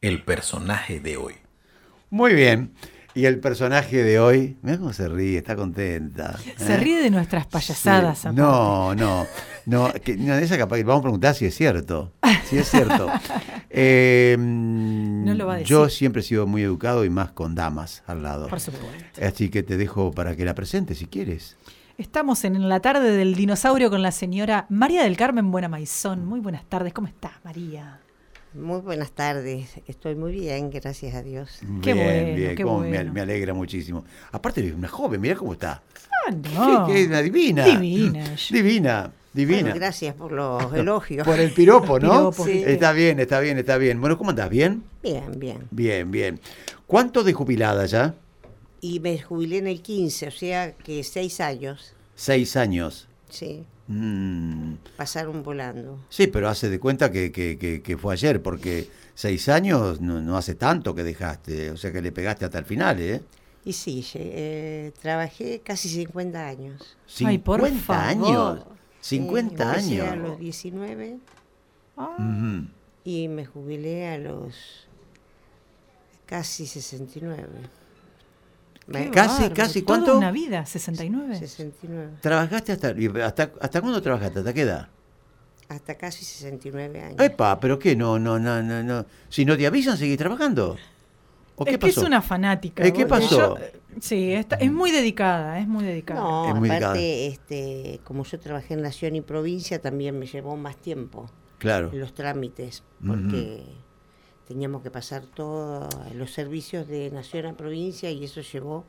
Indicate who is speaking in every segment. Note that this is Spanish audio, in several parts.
Speaker 1: el personaje de hoy?
Speaker 2: Muy bien. Y el personaje de hoy, mira cómo se ríe, está contenta.
Speaker 3: Se
Speaker 2: ¿eh?
Speaker 3: ríe de nuestras payasadas.
Speaker 2: Sí.
Speaker 3: aparte.
Speaker 2: No, no, no, que, no, esa capaz que vamos a preguntar si es cierto. Si es cierto. Eh,
Speaker 3: lo va a decir.
Speaker 2: Yo siempre he sido muy educado y más con damas al lado.
Speaker 3: Por supuesto.
Speaker 2: Así que te dejo para que la presentes si quieres.
Speaker 3: Estamos en la tarde del dinosaurio con la señora María del Carmen Buenamaizón. Muy buenas tardes. ¿Cómo estás, María?
Speaker 4: Muy buenas tardes, estoy muy bien, gracias a Dios.
Speaker 3: Qué
Speaker 2: bien,
Speaker 3: bueno,
Speaker 2: bien,
Speaker 3: qué
Speaker 2: cómo me, al-
Speaker 3: bueno.
Speaker 2: me alegra muchísimo. Aparte, es una joven, mirá cómo está.
Speaker 3: Ah, no.
Speaker 2: Qué- qué- una divina.
Speaker 3: Divina. yo.
Speaker 2: Divina, divina.
Speaker 4: Bueno, gracias por los elogios.
Speaker 2: Por el piropo,
Speaker 3: El
Speaker 2: ¿no?
Speaker 3: piropo,
Speaker 4: Sí.
Speaker 2: Está bien, está bien, está bien. Bueno, ¿cómo andás? ¿Bien?
Speaker 4: Bien, bien.
Speaker 2: Bien, bien. ¿Cuánto de jubilada ya?
Speaker 4: Y me jubilé en el 15, o sea que seis años,
Speaker 2: Seis años.
Speaker 4: sí,
Speaker 2: Mm,
Speaker 4: pasaron volando.
Speaker 2: Sí, pero hace de cuenta que, que- que- que fue ayer, porque seis años no, no hace tanto que dejaste, o sea que le pegaste hasta el final, ¿eh?
Speaker 4: Y sí, lle- eh, trabajé casi 50 años.
Speaker 3: Ay, por
Speaker 2: años.
Speaker 3: favor.
Speaker 4: Sí,
Speaker 2: 50
Speaker 4: empecé A
Speaker 2: años. Mm.
Speaker 4: los 19
Speaker 3: Ah,
Speaker 2: Ujú.
Speaker 4: y me jubilé a los casi 69.
Speaker 3: Qué
Speaker 4: Me-
Speaker 2: Casi,
Speaker 3: bárbaro.
Speaker 2: casi,
Speaker 3: Toda
Speaker 2: ¿cuánto?
Speaker 3: una vida, 69.
Speaker 4: 69,
Speaker 2: ¿Trabajaste hasta, y hasta, hasta cuándo trabajaste? ¿Hasta qué edad?
Speaker 4: hasta casi 69 años.
Speaker 2: Epa, pero qué, no, no, no, no, no. Si no te avisan, seguís trabajando. ¿O qué
Speaker 3: es que
Speaker 2: pasó?
Speaker 3: es una fanática.
Speaker 2: Eh, ¿qué
Speaker 3: boludo.
Speaker 2: pasó?
Speaker 3: Yo- sí, está- es muy dedicada, es muy dedicada.
Speaker 4: No,
Speaker 2: Es muy delicado.
Speaker 4: aparte, este, como yo trabajé en Nación y Provincia, también me llevó más tiempo
Speaker 2: Claro.
Speaker 4: los trámites, porque teníamos que pasar todos los servicios de Nación a Provincia y eso llevó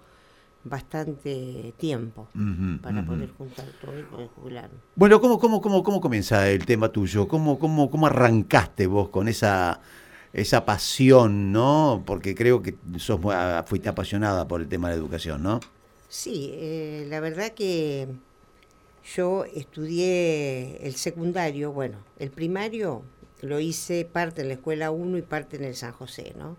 Speaker 4: bastante tiempo
Speaker 2: Ujú,
Speaker 4: para
Speaker 2: ujú.
Speaker 4: poder juntar todo y poder jubilarme.
Speaker 2: Bueno, ¿cómo, cómo, cómo, cómo comienza el tema tuyo? ¿Cómo, cómo, cómo arrancaste vos con esa, esa pasión, no? Porque creo que sos, mu- ah, fuiste apasionada por el tema de la educación, ¿no?
Speaker 4: Sí, eh, la verdad que yo estudié el secundario, bueno, el primario lo hice parte en la escuela 1 y parte en el San José, ¿no?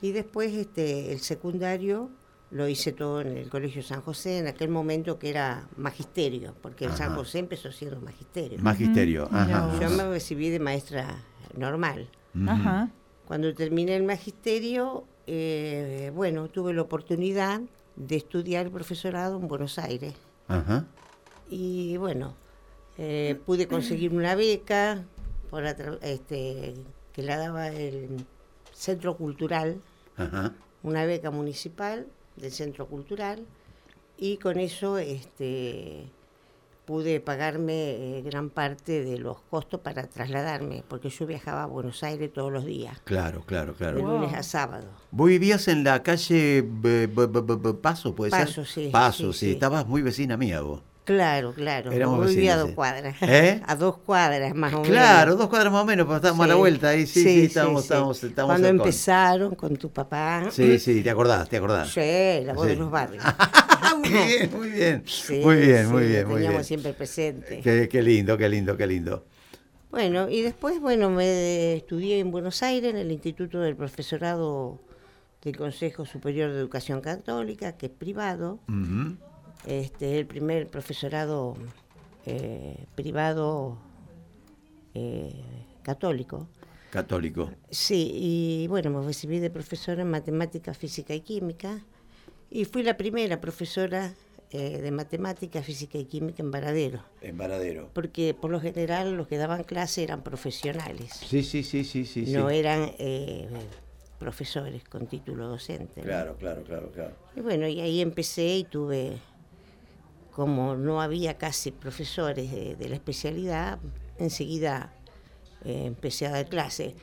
Speaker 4: Y después este, el secundario lo hice todo en el Colegio San José, en aquel momento que era magisterio, porque el San
Speaker 2: Ajá.
Speaker 4: José empezó siendo magisterio.
Speaker 2: Magisterio.
Speaker 3: Ujú,
Speaker 2: Ajá.
Speaker 3: mira
Speaker 4: yo me recibí de maestra normal.
Speaker 2: Ujú.
Speaker 3: Ajá.
Speaker 4: Cuando terminé el magisterio, eh, bueno, tuve la oportunidad de estudiar profesorado en Buenos Aires.
Speaker 2: Ajá.
Speaker 4: Y bueno, eh, pude conseguir una beca por atra- este, que la daba el Centro Cultural,
Speaker 2: Ajá.
Speaker 4: una beca municipal del Centro Cultural, y con eso este, pude pagarme eh, gran parte de los costos para trasladarme, porque yo viajaba a Buenos Aires todos los días,
Speaker 2: Claro, claro,
Speaker 4: de
Speaker 2: claro.
Speaker 3: Wow.
Speaker 4: lunes a sábado.
Speaker 2: Vos vivías en la calle eh, B- B- B- B- Paso, ¿puede
Speaker 4: Paso,
Speaker 2: ser?
Speaker 4: sí,
Speaker 2: Paso, sí,
Speaker 4: sí, sí.
Speaker 2: Estabas muy vecina mía vos.
Speaker 4: Claro, claro.
Speaker 2: Éramos
Speaker 4: yo
Speaker 2: vecinos,
Speaker 4: vivía a dos
Speaker 2: sí.
Speaker 4: cuadras.
Speaker 2: ¿Eh?
Speaker 4: A dos cuadras más o menos.
Speaker 2: Claro, dos cuadras más o menos, pero estábamos a la
Speaker 4: Sí.
Speaker 2: vuelta ahí. Sí, sí, estábamos,
Speaker 4: sí.
Speaker 2: estábamos, estábamos
Speaker 4: Cuando
Speaker 2: cercón.
Speaker 4: empezaron con tu papá.
Speaker 2: Sí, sí, te acordás, te acordás.
Speaker 4: Sí, la voz
Speaker 2: Sí.
Speaker 4: de los barrios.
Speaker 2: muy bien, muy bien.
Speaker 4: Sí,
Speaker 2: muy bien,
Speaker 4: sí,
Speaker 2: muy
Speaker 4: lo
Speaker 2: bien, muy
Speaker 4: teníamos
Speaker 2: bien.
Speaker 4: siempre presente.
Speaker 2: Qué, qué lindo, qué lindo, qué lindo.
Speaker 4: Bueno, y después, bueno, me estudié en Buenos Aires, en el Instituto del Profesorado del Consejo Superior de Educación Católica, que es privado.
Speaker 2: Ujú.
Speaker 4: Este, el primer profesorado eh, privado eh, católico.
Speaker 2: Católico.
Speaker 4: Sí, y bueno, me recibí de profesora en matemática, física y química. Y fui la primera profesora eh, de matemática, física y química en Varadero.
Speaker 2: En Varadero.
Speaker 4: Porque por lo general los que daban clase eran profesionales,
Speaker 2: Sí, sí, sí, sí, sí. sí.
Speaker 4: no eran eh, profesores con título docente. ¿no?
Speaker 2: Claro, claro, claro, claro.
Speaker 4: Y bueno, y ahí empecé y tuve, como no había casi profesores de, de la especialidad, enseguida eh, empecé a dar clase.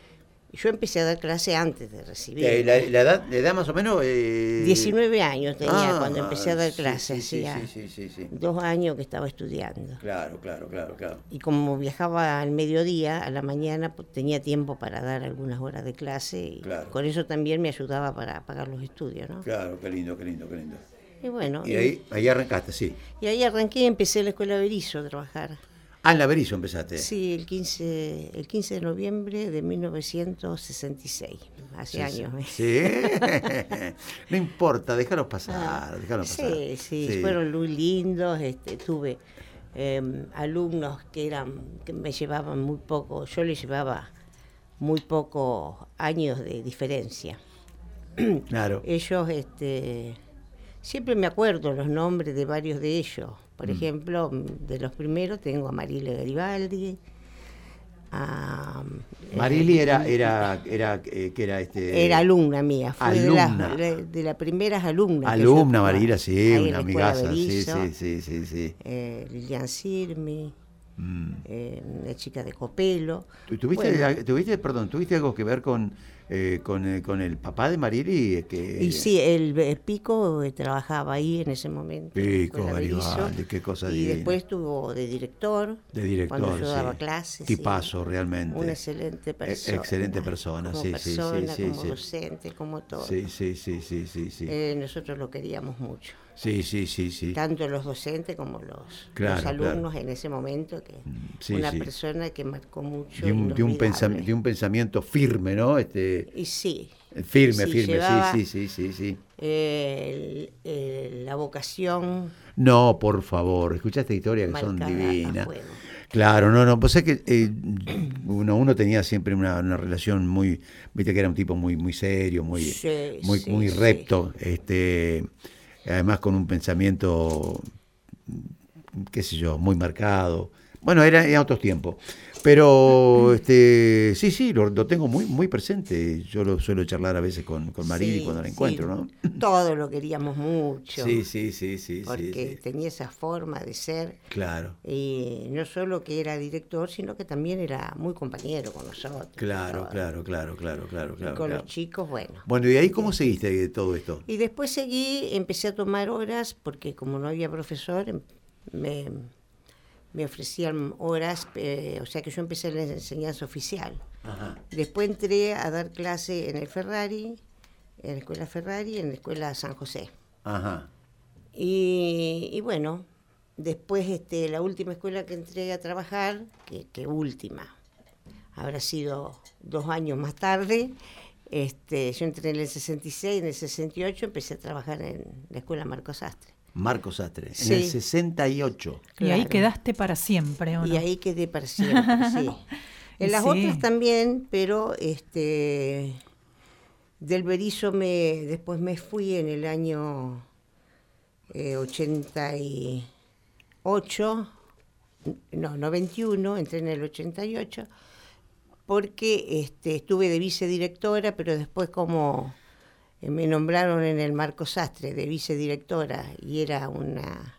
Speaker 4: Yo empecé a dar clase antes de recibir.
Speaker 2: Eh, la, la edad, la edad más o menos... eh,
Speaker 4: 19 años
Speaker 2: ah,
Speaker 4: tenía cuando empecé a dar
Speaker 2: sí,
Speaker 4: clases,
Speaker 2: Sí, sí,
Speaker 4: hacía
Speaker 2: sí, sí, sí, sí.
Speaker 4: dos años que estaba estudiando.
Speaker 2: Claro, claro, claro, claro.
Speaker 4: Y como viajaba al mediodía, a la mañana, pues, tenía tiempo para dar algunas horas de clase y
Speaker 2: Claro.
Speaker 4: con eso también me ayudaba para pagar los estudios, ¿no?
Speaker 2: Claro, qué lindo, qué lindo, qué lindo.
Speaker 4: Y bueno,
Speaker 2: Y ahí, ahí arrancaste, sí.
Speaker 4: y ahí arranqué, empecé la escuela Berizo a trabajar.
Speaker 2: Ah, en la Berizo empezaste.
Speaker 4: Sí, el 15, el 15 de noviembre de 1966, hace
Speaker 2: Sí, sí.
Speaker 4: años. ¿eh?
Speaker 2: Sí. no importa, déjalos pasar, déjalos pasar.
Speaker 4: Sí, sí, fueron muy lindos. Este, tuve em, eh, alumnos que eran que me llevaban muy poco. Yo les llevaba muy pocos años de diferencia.
Speaker 2: Claro.
Speaker 4: Ellos, este, siempre me acuerdo los nombres de varios de ellos. Por
Speaker 2: Mm.
Speaker 4: ejemplo, de los primeros tengo a Marile Garibaldi. A, mm, eh,
Speaker 2: Marili era, era, era, eh, que era este.
Speaker 4: Era alumna mía, fue
Speaker 2: alumna.
Speaker 4: De, las, de las primeras alumnas. que yo
Speaker 2: Alumna,
Speaker 4: tuve.
Speaker 2: Marila, sí,
Speaker 4: Ahí en
Speaker 2: una
Speaker 4: la escuela
Speaker 2: amigaza. Sí,
Speaker 4: Berizo,
Speaker 2: sí, sí, sí, sí.
Speaker 4: eh, Lilian Sirmi,
Speaker 2: Mm.
Speaker 4: eh, la chica de Copelo.
Speaker 2: ¿Tu- ¿Tuviste,
Speaker 4: Bueno,
Speaker 2: a- tuviste, perdón, ¿tuviste algo que ver con, eh, con, eh, con el papá de Marili? Eh, Que,
Speaker 4: y sí, el, el Pico eh, trabajaba ahí en ese momento. en la
Speaker 2: Pico,
Speaker 4: escuela Berizo,
Speaker 2: Garibaldi, qué cosa
Speaker 4: Y
Speaker 2: divina.
Speaker 4: después estuvo de director.
Speaker 2: De director,
Speaker 4: Cuando yo daba
Speaker 2: sí.
Speaker 4: clases. sí.
Speaker 2: Tipazo, realmente. E,
Speaker 4: Una excelente persona.
Speaker 2: excelente persona,
Speaker 4: como
Speaker 2: sí, sí, sí,
Speaker 4: persona,
Speaker 2: sí,
Speaker 4: Como
Speaker 2: sí.
Speaker 4: docente, como todo.
Speaker 2: Sí, sí, sí, sí, sí, sí.
Speaker 4: Eh, nosotros lo queríamos mucho.
Speaker 2: sí, sí, sí, sí.
Speaker 4: tanto los docentes como los,
Speaker 2: Claro, claro.
Speaker 4: los
Speaker 2: Mm,
Speaker 4: alumnos en ese momento, que
Speaker 2: sí,
Speaker 4: una
Speaker 2: sí.
Speaker 4: persona que marcó mucho.
Speaker 2: De un, de un pensam-
Speaker 4: inolvidable.
Speaker 2: de un pensamiento firme, ¿no? Este,
Speaker 4: Y sí,
Speaker 2: firme,
Speaker 4: Sí,
Speaker 2: firme,
Speaker 4: llevaba-
Speaker 2: sí, sí, sí, sí, sí.
Speaker 4: eh, el- el- la vocación
Speaker 2: No, por favor, escucha esta historia que son
Speaker 4: marcada a
Speaker 2: divinas.
Speaker 4: fuego.
Speaker 2: Claro, no, no, pues es que eh, uno, uno tenía siempre una, una relación muy, viste que era un tipo muy, muy serio, muy,
Speaker 4: Sí,
Speaker 2: muy,
Speaker 4: sí,
Speaker 2: muy
Speaker 4: sí.
Speaker 2: recto, este, además con un pensamiento, qué sé yo, muy marcado. Bueno, era en otros tiempos. Pero este, sí, sí, lo, lo tengo muy, muy presente. Yo lo suelo charlar a veces con, con Marili
Speaker 4: Sí,
Speaker 2: cuando la
Speaker 4: sí,
Speaker 2: encuentro, ¿no?
Speaker 4: Todo lo queríamos mucho,
Speaker 2: Sí, sí, sí, sí, sí,
Speaker 4: porque
Speaker 2: sí.
Speaker 4: tenía esa forma de ser.
Speaker 2: Claro,
Speaker 4: Y no solo que era director, sino que también era muy compañero con nosotros.
Speaker 2: claro,
Speaker 4: todo.
Speaker 2: claro, claro, claro, claro,
Speaker 4: Y
Speaker 2: claro.
Speaker 4: Ah. con
Speaker 2: claro.
Speaker 4: los chicos, bueno.
Speaker 2: Bueno, ¿y ahí cómo seguiste de todo esto?
Speaker 4: Y después seguí, empecé a tomar horas, porque como no había profesor, em- me, me ofrecían horas, eh, o sea que yo empecé la enseñanza oficial.
Speaker 2: Ajá.
Speaker 4: Después entré a dar clase en el Ferrari, en la escuela Ferrari, en la escuela San José.
Speaker 2: Ajá.
Speaker 4: Y, y bueno, después este, la última escuela que entré a trabajar, que, que última, habrá sido dos años más tarde, este, yo entré en el 66, en el 68 empecé a trabajar en la escuela Marco Sastre.
Speaker 2: Marco Sastre,
Speaker 4: Sí.
Speaker 2: en el 68.
Speaker 3: Y ahí
Speaker 4: Claro.
Speaker 3: quedaste para siempre, ¿o no?
Speaker 4: Y ahí quedé para siempre, sí. En
Speaker 3: Y
Speaker 4: las
Speaker 3: sí.
Speaker 4: otras también, pero este del Berizo me, después me fui en el año eh, 88, no, 91, entré en el 88, porque este, estuve de vicedirectora, pero después como eh, me nombraron en el Marco Sastre de vicedirectora y era una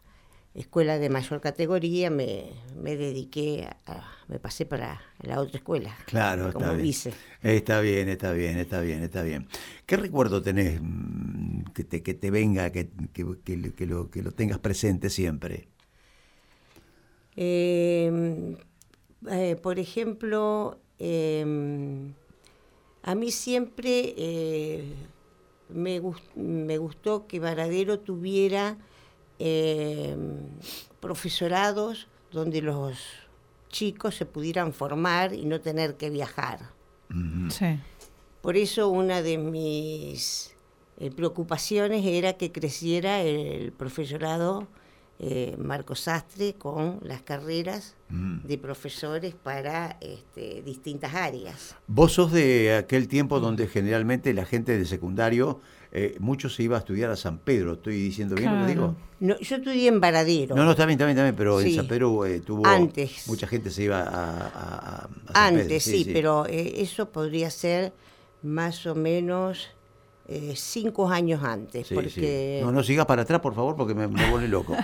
Speaker 4: escuela de mayor categoría, me, me dediqué, a- me pasé para la otra escuela.
Speaker 2: Claro,
Speaker 4: como
Speaker 2: está bien.
Speaker 4: vice.
Speaker 2: Está bien, está bien, está bien, está bien. ¿Qué recuerdo tenés mm, que te, que te venga, que, que- que lo- que lo, que lo tengas presente siempre?
Speaker 4: Eh, eh, por ejemplo, eh, a mí siempre eh, me, gus- me gustó que Varadero tuviera eh, profesorados donde los chicos se pudieran formar y no tener que viajar.
Speaker 2: Ujú.
Speaker 3: Sí.
Speaker 4: Por eso una de mis eh, preocupaciones era que creciera el profesorado eh, Marco Sastre con las carreras
Speaker 2: Mm.
Speaker 4: de profesores para este, distintas áreas.
Speaker 2: Vos sos de aquel tiempo donde generalmente la gente del secundario, eh, muchos se iba a estudiar a San Pedro, estoy diciendo bien lo que digo.
Speaker 3: Claro.
Speaker 4: No, yo estudié en Varadero.
Speaker 2: No, no, también, también, también, pero en
Speaker 4: Sí.
Speaker 2: San Pedro eh, tuvo
Speaker 4: Antes.
Speaker 2: mucha gente se iba a, a- a- a San
Speaker 4: Antes,
Speaker 2: Pedro,
Speaker 4: sí, pero eh, eso podría ser más o menos eh, cinco años antes,
Speaker 2: Sí, sí.
Speaker 4: porque
Speaker 2: No, no sigas para atrás, por favor, porque me, me vuelve loco.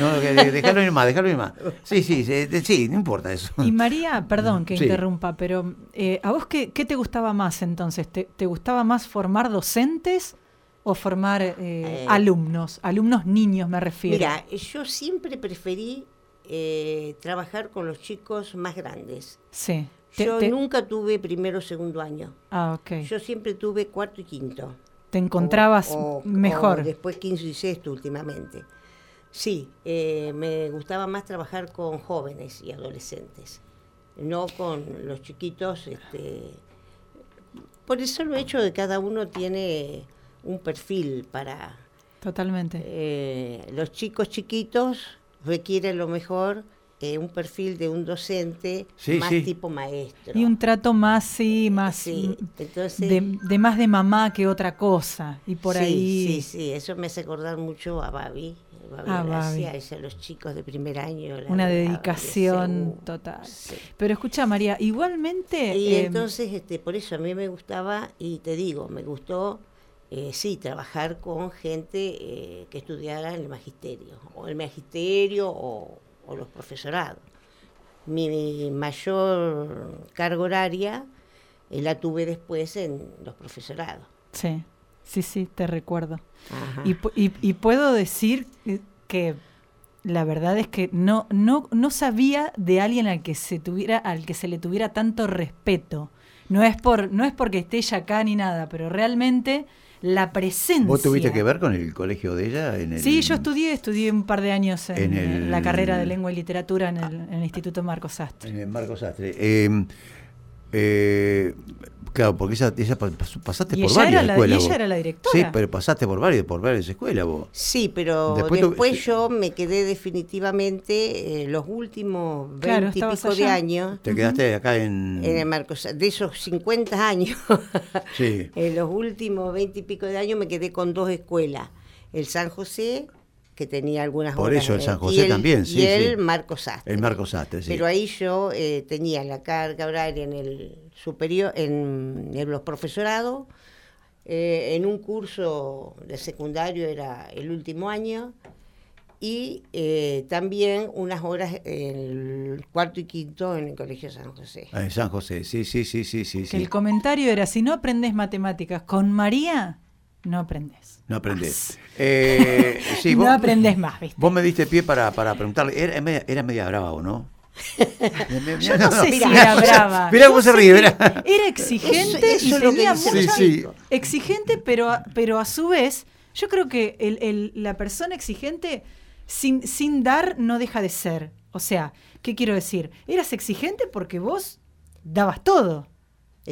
Speaker 2: No, que de- dejalo ir más, dejalo ir más. Sí, sí, sí, de- sí, no importa eso.
Speaker 3: Y María, perdón que
Speaker 2: Ah. Sí.
Speaker 3: interrumpa, pero eh, ¿a vos qué, qué te gustaba más entonces? ¿Te, te gustaba más formar docentes o formar eh, alumnos? Alumnos niños me refiero.
Speaker 4: Mira, yo siempre preferí eh, trabajar con los chicos más grandes.
Speaker 3: sí. Te-
Speaker 4: yo
Speaker 3: te-
Speaker 4: nunca tuve primero o segundo año.
Speaker 3: ah, ok.
Speaker 4: Yo siempre tuve cuarto y quinto.
Speaker 3: te encontrabas
Speaker 4: O- o-
Speaker 3: mejor.
Speaker 4: o después quinto y sexto últimamente. Sí, eh, me gustaba más trabajar con jóvenes y adolescentes, no con los chiquitos. Este, por el solo hecho de que cada uno tiene un perfil para,
Speaker 3: Totalmente.
Speaker 4: eh, los chicos chiquitos requieren lo mejor eh, un perfil de un docente
Speaker 2: Sí,
Speaker 4: más
Speaker 2: sí.
Speaker 4: tipo maestro.
Speaker 3: Y un trato más, sí, más
Speaker 4: Sí,
Speaker 3: mm,
Speaker 4: entonces,
Speaker 3: de, de más de mamá que otra cosa. Y por
Speaker 4: sí,
Speaker 3: ahí.
Speaker 4: Sí, sí, eso me hace acordar mucho a Babi. Babi
Speaker 3: A
Speaker 4: Gracia,
Speaker 3: Babi.
Speaker 4: ella, los chicos de primer año. la
Speaker 3: Una
Speaker 4: de la
Speaker 3: dedicación
Speaker 4: BSU,
Speaker 3: total.
Speaker 4: sí.
Speaker 3: Pero escucha, María, igualmente.
Speaker 4: Y
Speaker 3: eh,
Speaker 4: entonces, este, por eso a mí me gustaba, y te digo, me gustó, eh, sí, trabajar con gente eh, que estudiara en el magisterio, o el magisterio o, o los profesorados. Mi, mi mayor carga horaria eh, la tuve después en los profesorados.
Speaker 3: Sí, sí, sí, te recuerdo.
Speaker 4: Ajá.
Speaker 3: Y, pu- y- y puedo decir eh, que la verdad es que no, no, no sabía de alguien al que se tuviera, al que se le tuviera tanto respeto. No es por, no es porque esté ella acá ni nada, pero realmente la presencia.
Speaker 2: ¿Vos tuviste que ver con el colegio de ella? En el,
Speaker 3: Sí, yo estudié, estudié un par de años
Speaker 2: en
Speaker 3: en,
Speaker 2: el-
Speaker 3: eh, la carrera de lengua y literatura en el, en el Instituto Marco Sastre.
Speaker 2: En el Marco Sastre. Eh, eh, claro, porque ella, ella pa- pasaste
Speaker 3: Y
Speaker 2: por
Speaker 3: ella
Speaker 2: varias
Speaker 3: era la- y
Speaker 2: escuelas.
Speaker 3: ella
Speaker 2: vos.
Speaker 3: era la directora.
Speaker 2: Sí, pero pasaste por varias, por varias escuelas vos.
Speaker 4: Sí, pero
Speaker 2: Después
Speaker 4: después,
Speaker 2: tu-
Speaker 4: yo me quedé definitivamente eh, los últimos 20
Speaker 3: Claro,
Speaker 4: y
Speaker 3: estabas
Speaker 4: pico de
Speaker 3: allá.
Speaker 4: años
Speaker 2: Te quedaste acá en.
Speaker 4: en el Marcos, de esos 50 años.
Speaker 2: Sí.
Speaker 4: En los últimos veinte y pico de años me quedé con dos escuelas. El San José, que tenía algunas
Speaker 2: Por
Speaker 4: horas,
Speaker 2: eso el San
Speaker 4: eh,
Speaker 2: José
Speaker 4: y el-
Speaker 2: también, sí,
Speaker 4: Y el
Speaker 2: sí.
Speaker 4: Marco Sastre.
Speaker 2: El Marco Sastre, sí.
Speaker 4: Pero ahí yo eh, tenía la carga horaria en el superior, en, en los profesorados. eh, en un curso de secundario era el último año. Y eh, también unas horas en el cuarto y quinto en el Colegio San José.
Speaker 2: Ah, En San José, sí, sí, sí, sí, sí.
Speaker 3: Que
Speaker 2: sí.
Speaker 3: el comentario era, si no aprendes matemáticas con María, no aprendes.
Speaker 2: No aprendés. Eh, sí,
Speaker 3: no
Speaker 2: vos,
Speaker 3: aprendés más, ¿viste?
Speaker 2: Vos me diste pie para, para preguntarle. Era, media- era media brava o no?
Speaker 3: Yo no, sé si
Speaker 4: mira,
Speaker 3: era
Speaker 4: o
Speaker 3: brava.
Speaker 2: Mirá
Speaker 3: Yo
Speaker 2: cómo se
Speaker 3: sé
Speaker 2: ríe,
Speaker 3: que
Speaker 2: mirá.
Speaker 3: Era exigente
Speaker 4: Eso- eso
Speaker 3: y
Speaker 4: es lo que
Speaker 3: tenía
Speaker 4: dicen
Speaker 3: mucha-
Speaker 2: los chicos.
Speaker 3: Exigente, pero a, pero a su vez, yo creo que el- el- la persona exigente sin, sin dar no deja de ser. O sea, ¿qué quiero decir? Eras exigente porque vos dabas todo.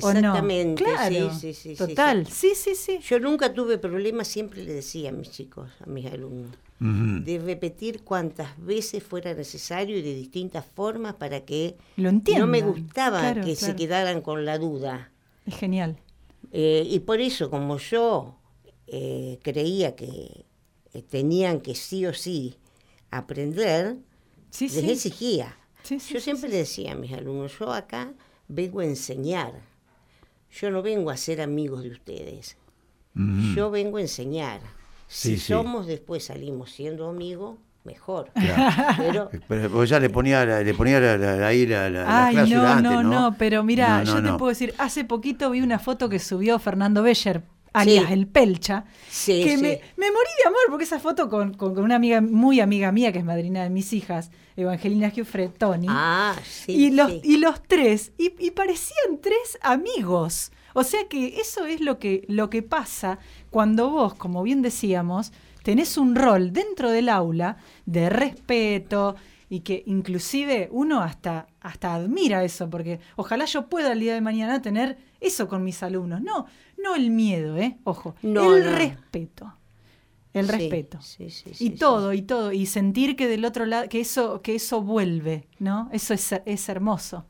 Speaker 3: ¿o no?
Speaker 4: Exactamente,
Speaker 3: Claro,
Speaker 4: sí, sí, sí, sí,
Speaker 3: Total, sí, sí, sí.
Speaker 4: Yo nunca tuve problemas, siempre le decía a mis chicos, a mis alumnos,
Speaker 2: Ujú.
Speaker 4: de repetir cuantas veces fuera necesario y de distintas formas para que
Speaker 3: Lo entiendo.
Speaker 4: no me gustaba
Speaker 3: Claro,
Speaker 4: que se
Speaker 3: claro.
Speaker 4: quedaran con la duda.
Speaker 3: Es genial.
Speaker 4: Eh, y por eso, como yo eh, creía que eh, tenían que sí o sí aprender,
Speaker 3: Sí,
Speaker 4: les
Speaker 3: sí.
Speaker 4: exigía.
Speaker 3: Sí, sí,
Speaker 4: yo
Speaker 3: sí,
Speaker 4: siempre le decía a mis alumnos, yo acá vengo a enseñar, yo no vengo a ser amigos de ustedes.
Speaker 2: Ujú.
Speaker 4: Yo vengo a enseñar.
Speaker 2: Mm. Sí,
Speaker 4: Si
Speaker 2: sí.
Speaker 4: somos después salimos siendo amigos, mejor.
Speaker 2: Claro.
Speaker 4: Pero
Speaker 2: Pero vos ya le ponía, la- le ponía la- la- ahí la, la, la
Speaker 3: Ay, no,
Speaker 2: cláusula antes,
Speaker 3: no,
Speaker 2: no,
Speaker 3: no, pero mira,
Speaker 2: No, no,
Speaker 3: yo te
Speaker 2: no.
Speaker 3: puedo decir, hace poquito vi una foto que subió Fernando Beller, alias
Speaker 4: Sí.
Speaker 3: El Pelcha,
Speaker 4: sí,
Speaker 3: que
Speaker 4: sí.
Speaker 3: me, me morí de amor porque esa foto con, con- con una amiga muy amiga mía que es madrina de mis hijas, Evangelina Giuffre, Tony,
Speaker 4: Ah, sí.
Speaker 3: y, los,
Speaker 4: sí.
Speaker 3: y los tres, y, y parecían tres amigos. O sea que eso es lo que, lo que pasa cuando vos, como bien decíamos, tenés un rol dentro del aula de respeto y que inclusive uno hasta, hasta admira eso, porque ojalá yo pueda el día de mañana tener eso con mis alumnos. No, no el miedo, ¿eh? Ojo,
Speaker 4: No,
Speaker 3: el
Speaker 4: no.
Speaker 3: respeto. El
Speaker 4: Sí,
Speaker 3: respeto
Speaker 4: sí, sí, sí,
Speaker 3: y
Speaker 4: sí.
Speaker 3: todo y todo y sentir que del otro lado que eso que eso vuelve no eso es, es hermoso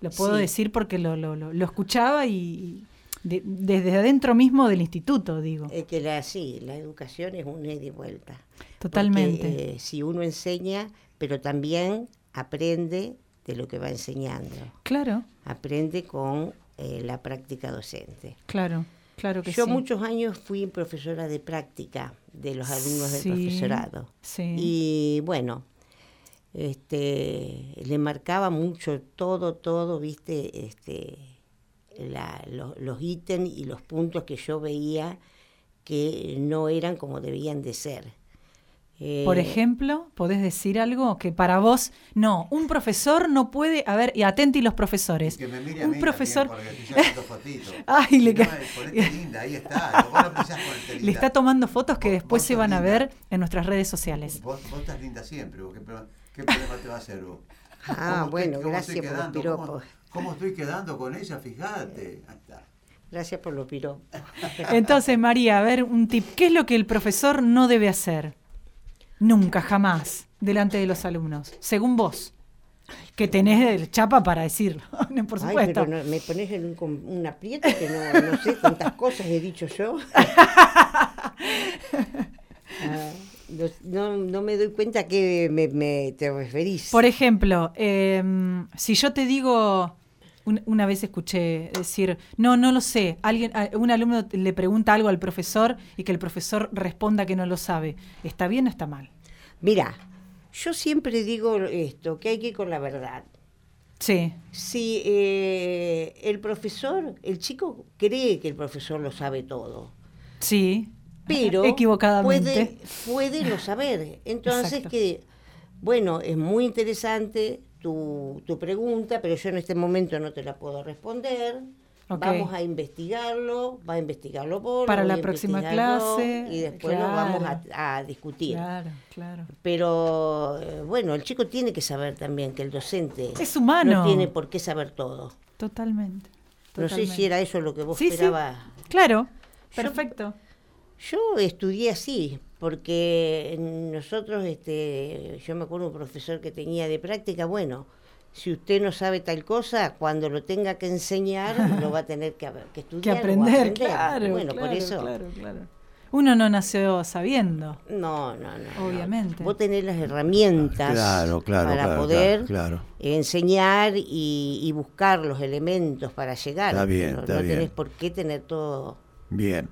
Speaker 3: lo puedo
Speaker 4: Sí.
Speaker 3: decir porque lo, lo, lo, lo escuchaba y, y de- desde adentro mismo del instituto digo
Speaker 4: Eh, que la, sí, la educación es un ida y vuelta.
Speaker 3: Totalmente.
Speaker 4: Porque, eh, si uno enseña, pero también aprende de lo que va enseñando.
Speaker 3: claro
Speaker 4: Aprende con eh, la práctica docente.
Speaker 3: claro claro que
Speaker 4: Yo
Speaker 3: sí
Speaker 4: muchos años fui profesora de práctica de los alumnos
Speaker 3: Sí,
Speaker 4: del profesorado.
Speaker 3: sí.
Speaker 4: Y bueno, este, le marcaba mucho todo, todo, viste, este, la- lo- los ítems y los puntos que yo veía que no eran como debían de ser. Eh,
Speaker 3: por ejemplo podés decir algo que para vos no un profesor no puede a ver y atenti los profesores un profesor Ay, le ca-
Speaker 2: Ah,
Speaker 3: le está tomando fotos que
Speaker 2: Vos-
Speaker 3: después
Speaker 2: vos
Speaker 3: se
Speaker 2: sos
Speaker 3: van a
Speaker 2: linda.
Speaker 3: ver en nuestras redes sociales
Speaker 2: Vos, vos estás linda siempre, vos, ¿qué, pro- qué problema te va a hacer vos?
Speaker 4: Ah,
Speaker 2: ¿Cómo estoy-
Speaker 4: bueno,
Speaker 2: cómo
Speaker 4: gracias
Speaker 2: estoy
Speaker 4: por los
Speaker 2: quedando? ¿Cómo-
Speaker 4: piropos.
Speaker 2: ¿Cómo estoy quedando con ella? Fíjate. Ahí está.
Speaker 4: Gracias por los piropos.
Speaker 3: Entonces, María, a ver, un tip. ¿Qué es lo que el profesor no debe hacer? Nunca, jamás, delante de los alumnos, según vos. que tenés el chapa para decirlo, por
Speaker 4: Ay,
Speaker 3: supuesto.
Speaker 4: pero no- me pones en un, com- un aprieto que no, no sé cuántas cosas he dicho yo. Ah, no, no- no me doy cuenta que me, me- te referís.
Speaker 3: Por ejemplo, eh, si yo te digo, un- una vez escuché decir, no, no lo sé, alguien, a- un alumno te- le pregunta algo al profesor y que el profesor responda que no lo sabe, ¿está bien o está mal?
Speaker 4: Mira, yo siempre digo esto, que hay que ir con la verdad.
Speaker 3: Sí,
Speaker 4: Si eh, el profesor, el chico cree que el profesor lo sabe todo,
Speaker 3: sí,
Speaker 4: pero
Speaker 3: equivocadamente.
Speaker 4: puede, puede no saber. Entonces
Speaker 3: Exacto.
Speaker 4: que, bueno, es muy interesante tu, tu pregunta, pero yo en este momento no te la puedo responder.
Speaker 3: Ok.
Speaker 4: Vamos a investigarlo, va a investigarlo vos. lo
Speaker 3: Para
Speaker 4: voy
Speaker 3: la
Speaker 4: a
Speaker 3: próxima
Speaker 4: investigar yo,
Speaker 3: clase,
Speaker 4: Y después lo vamos a-
Speaker 3: claro.
Speaker 4: a, discutir.
Speaker 3: Claro, claro.
Speaker 4: Pero eh, bueno, el chico tiene que saber también que el docente
Speaker 3: Es humano.
Speaker 4: no tiene por qué saber todo.
Speaker 3: Totalmente.
Speaker 4: No sé si era eso lo que vos
Speaker 3: Sí, sí.
Speaker 4: esperabas.
Speaker 3: Claro, perfecto.
Speaker 4: Yo estudié así, porque nosotros, este, yo me acuerdo un profesor que tenía de práctica, bueno, si usted no sabe tal cosa, cuando lo tenga que enseñar, lo va a tener que, haber- que
Speaker 3: que
Speaker 4: estudiar. o
Speaker 3: aprender, claro.
Speaker 4: Bueno,
Speaker 3: claro,
Speaker 4: por eso.
Speaker 3: claro, claro. Uno no nació sabiendo.
Speaker 4: No, no, no, no.
Speaker 3: Obviamente.
Speaker 4: Vos tenés las herramientas
Speaker 2: Claro, claro,
Speaker 4: para
Speaker 2: claro,
Speaker 4: poder
Speaker 2: claro, claro.
Speaker 4: enseñar y, y buscar los elementos para llegar.
Speaker 2: Está bien,
Speaker 4: no,
Speaker 2: está
Speaker 4: no
Speaker 2: bien.
Speaker 4: tenés por qué tener todo.
Speaker 2: Bien.